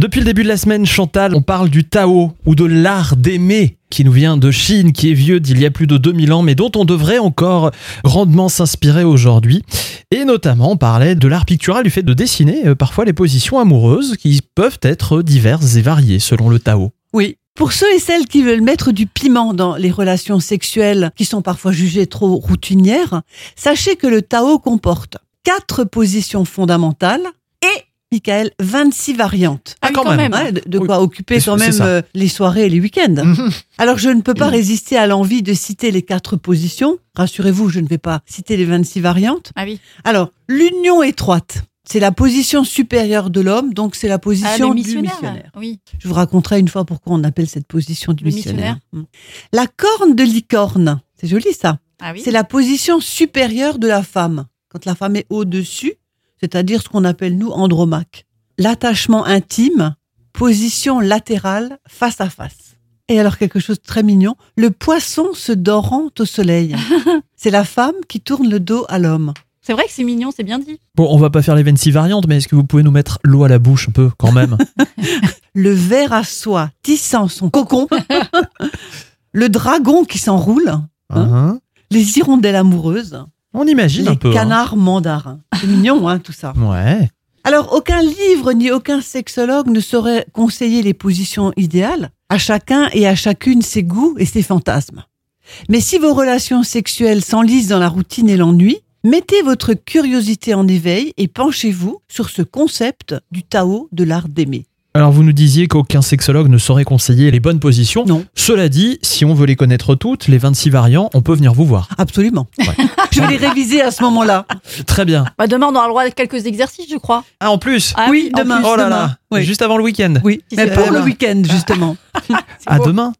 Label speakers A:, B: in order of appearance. A: Depuis le début de la semaine, Chantal, on parle du Tao ou de l'art d'aimer qui nous vient de Chine, qui est vieux d'il y a plus de 2000 ans, mais dont on devrait encore grandement s'inspirer aujourd'hui. Et notamment, on parlait de l'art pictural, du fait de dessiner euh, parfois les positions amoureuses qui peuvent être diverses et variées selon le Tao.
B: Oui. Pour ceux et celles qui veulent mettre du piment dans les relations sexuelles qui sont parfois jugées trop routinières, sachez que le Tao comporte quatre positions fondamentales et, Michael, 26 variantes.
A: Ah, quand même.
B: Ouais, de, de
A: Oui.
B: quoi occuper
A: C'est-
B: quand
A: c'est
B: même
A: ça. Mm.
B: euh, les soirées et les week-ends. Alors je ne peux pas résister à l'envie de citer les quatre positions. Rassurez-vous, je ne vais pas citer les 26 variantes.
C: Ah oui.
B: Alors, l'union étroite, c'est la position supérieure de l'homme, donc c'est la
C: Ah,
B: position
C: le
B: du
C: missionnaire.
B: missionnaire.
C: Oui.
B: Je vous raconterai une fois pourquoi on appelle cette position du
C: Le
B: missionnaire. Mm. La corne de licorne, c'est joli ça.
C: Ah oui.
B: C'est la position supérieure de la femme, quand la femme est au-dessus, c'est-à-dire ce qu'on appelle nous andromaque. L'attachement intime, position latérale, face à face. Et alors quelque chose de très mignon, le poisson se dorant au soleil. c'est la femme qui tourne le dos à l'homme.
C: C'est vrai que c'est mignon, c'est bien dit.
A: Bon, on va pas faire les 26 variantes, mais est-ce que vous pouvez nous mettre l'eau à la bouche un peu quand même
B: le ver à soie tissant son cocon, le dragon qui s'enroule,
A: Hein
B: les hirondelles amoureuses,
A: On imagine un
B: les
A: peu. hein.
B: canards mandarins. C'est mignon, hein, tout ça.
A: Ouais.
B: Alors, aucun livre ni aucun sexologue ne saurait conseiller les positions idéales. À chacun et à chacune ses goûts et ses fantasmes. Mais si vos relations sexuelles s'enlisent dans la routine et l'ennui, mettez votre curiosité en éveil et penchez-vous sur ce concept du Tao de l'art d'aimer.
A: Alors vous nous disiez qu'aucun sexologue ne saurait conseiller les bonnes positions.
B: Non.
A: Cela dit, si on veut les connaître toutes, les 26 variants, on peut venir vous voir.
B: Absolument.
A: Ouais.
B: Je vais les réviser à ce moment-là.
A: Très bien.
C: Bah, demain, on aura le droit à quelques exercices, je crois.
A: Ah, en plus
C: Ah
B: Oui,
C: en
B: demain.
C: plus.
A: Oh là
B: demain.
A: là
B: Oui.
A: Juste avant le week-end.
B: Oui,
C: Si
B: mais
C: c'est
B: pour
A: pas
B: le
A: là.
B: week-end, justement.
C: C'est
A: À
C: beau.
A: demain